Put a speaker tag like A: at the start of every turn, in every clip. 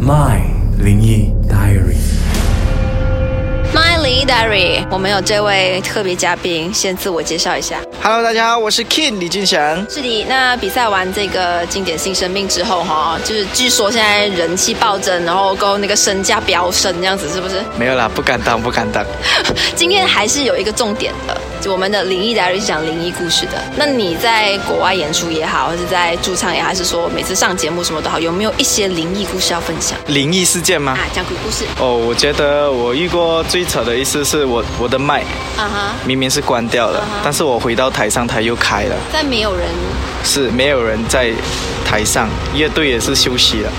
A: My 灵异 Diary。
B: My Lin Diary，我们有这位特别嘉宾，先自我介绍一下。
C: Hello，大家好，我是 King 李俊祥。
B: 是的，那比赛完这个经典新生命之后，哈，就是据说现在人气暴增，然后够那个身价飙升，这样子是不是？
C: 没有啦，不敢当，不敢当。
B: 今天还是有一个重点的，就我们的灵异 Diary 是讲灵异故事的。那你在国外演出也好，或是在驻唱也好，还是说每次上节目什么都好，有没有一些灵异故事要分享
C: 灵异事件吗
B: 啊？？讲鬼故事
C: 哦，我觉得我遇过最扯的一次是我我的麦
B: 啊哈，
C: 明明是关掉了，但是我回到台上它又开了，
B: 在没有人
C: 是没有人在台上，乐队也是休息了。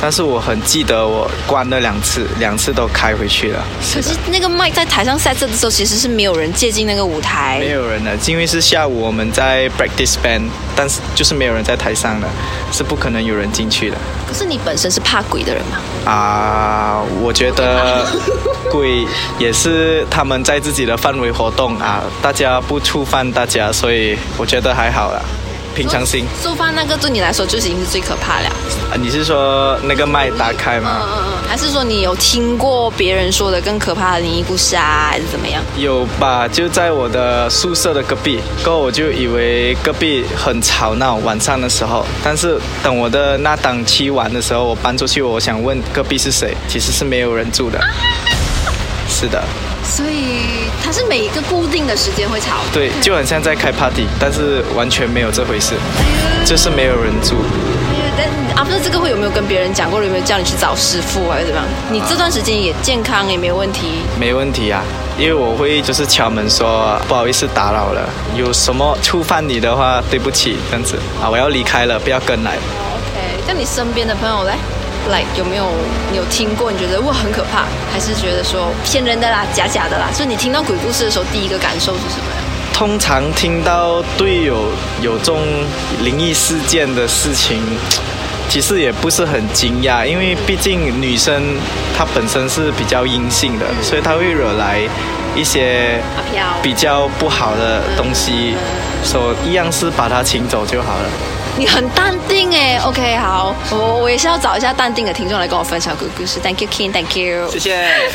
C: 但是我很记得我关了两次，两次都开回去了。
B: 可是那个麦在台上赛车的时候，其实是没有人接近那个舞台，
C: 没有人的，因为是下午我们在 practice band，但是就是没有人在台上的，是不可能有人进去的。
B: 可是你本身是怕鬼的人吗？
C: 啊，我觉得鬼也是他们在自己的范围活动啊，大家不触犯大家，所以我觉得还好啦，平常心。
B: 收发那个对你来说就已经是最可怕了。
C: 啊、你是说那个麦打开
B: 嗯
C: 吗？
B: 嗯嗯，还是说你有听过别人说的更可怕的灵异故事啊，还是怎么样？
C: 有吧，就在我的宿舍的隔壁，过后我就以为隔壁很吵闹，晚上的时候。但是等我的那档期完的时候，我搬出去，我想问隔壁是谁，其实是没有人住的。是的。
B: 所以它是每一个固定的时间会吵。
C: 对，就很像在开 party，但是完全没有这回事，就是没有人住。
B: 但啊，不是这个会有没有跟别人讲过？有没有叫你去找师傅还是怎么样？你这段时间也健康也没有问题，
C: 没问题啊，因为我会就是敲门说不好意思打扰了，有什么触犯你的话，对不起，这样子啊，我要离开了，不要跟来。
B: OK，但你身边的朋友嘞，like 有没有你有听过？你觉得哇很可怕，还是觉得说骗人的啦、假假的啦？就是你听到鬼故事的时候，第一个感受是什么呀？
C: 通常听到队友有这种灵异事件的事情，其实也不是很惊讶，因为毕竟女生她本身是比较阴性的，所以她会惹来一些
B: 阿飘
C: 比较不好的东西，所以一样是把它请走就好了。
B: 你很淡定哎，OK，好，我我也是要找一下淡定的听众来跟我分享鬼故事。Thank you, King，Thank you。
C: 谢。